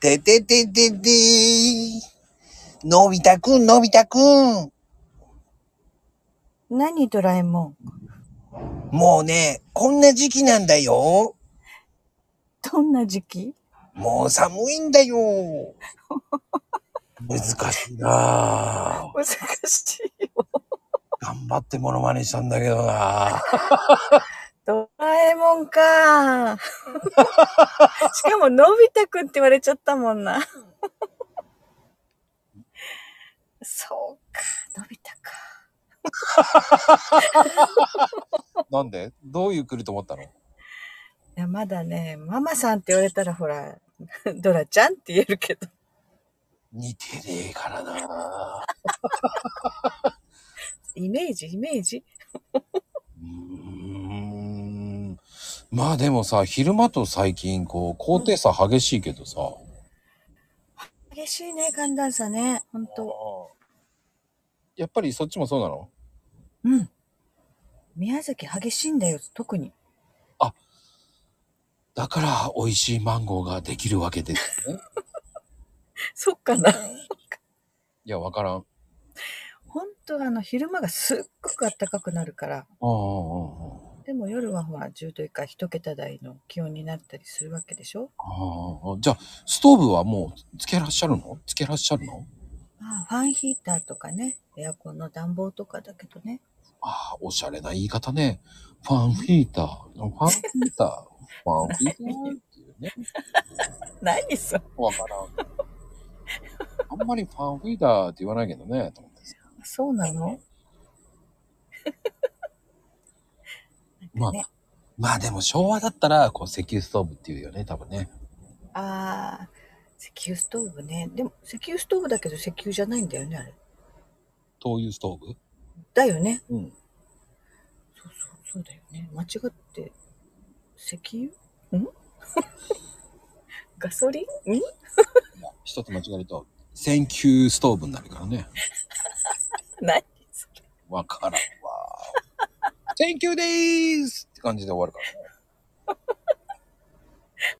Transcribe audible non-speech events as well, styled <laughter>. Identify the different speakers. Speaker 1: てててててー。のび太くん、のび太くん。
Speaker 2: 何ドラえもん。
Speaker 1: もうね、こんな時期なんだよ。
Speaker 2: どんな時期
Speaker 1: もう寒いんだよ。 <laughs> 難しいなぁ。
Speaker 2: 難しいよ。
Speaker 1: 頑張ってモノマネしたんだけどなぁ。
Speaker 2: ドラえもん <laughs> か。しかも、のび太くんって言われちゃったもんな。そうか、のび太か。
Speaker 1: なんでどういう来ると思ったの
Speaker 2: いや、まだね、ママさんって言われたらほら、ドラちゃんって言えるけど。
Speaker 1: 似てねえからなぁ。
Speaker 2: イメージ、イメージ。
Speaker 1: うーんまあでもさ、昼間と最近、こう、高低差激しいけどさ。
Speaker 2: 激しいね、寒暖差ね。ほんと。
Speaker 1: やっぱりそっちもそうなの
Speaker 2: うん。宮崎激しいんだよ、特に。
Speaker 1: だから美味しいマンゴーができるわけです <laughs> ね。
Speaker 2: そっかな。
Speaker 1: いや、わからん。うん
Speaker 2: ほんと、あの、昼間がすっごく暖かくなるから。
Speaker 1: うんうんうん
Speaker 2: でも夜はほら、10度以下1桁台の気温になったりするわけでしょ
Speaker 1: ああ、じゃあ、ストーブはもうつけらっしゃるのつけらっしゃるの
Speaker 2: まあ、ファンヒーターとかね、エアコンの暖房とかだけどね。
Speaker 1: ああ、おしゃれな言い方ね。ファンヒーター。ファンヒー <laughs> ター。ファンヒーターっていうね。
Speaker 2: 何それ
Speaker 1: わからん。あんまりファンフィーダーって言わないけどね、と思ってさ。
Speaker 2: そうな <laughs> の
Speaker 1: まあ、
Speaker 2: ね
Speaker 1: まあでも昭和だったら、こう石油ストーブっていうよね、多分ね。
Speaker 2: ああ、石油ストーブね。でも、石油ストーブだけど石油じゃないんだよね、あれ。
Speaker 1: 灯油ストー
Speaker 2: だよね。
Speaker 1: ブうん。
Speaker 2: そうそう、そうだよね。間違って、石油ん <laughs> ガソリンん
Speaker 1: 一つ間違えると、石油ストーブになるからね。
Speaker 2: <laughs> 何それ
Speaker 1: わからんわ。Thank you でーすって感じで終わるからね。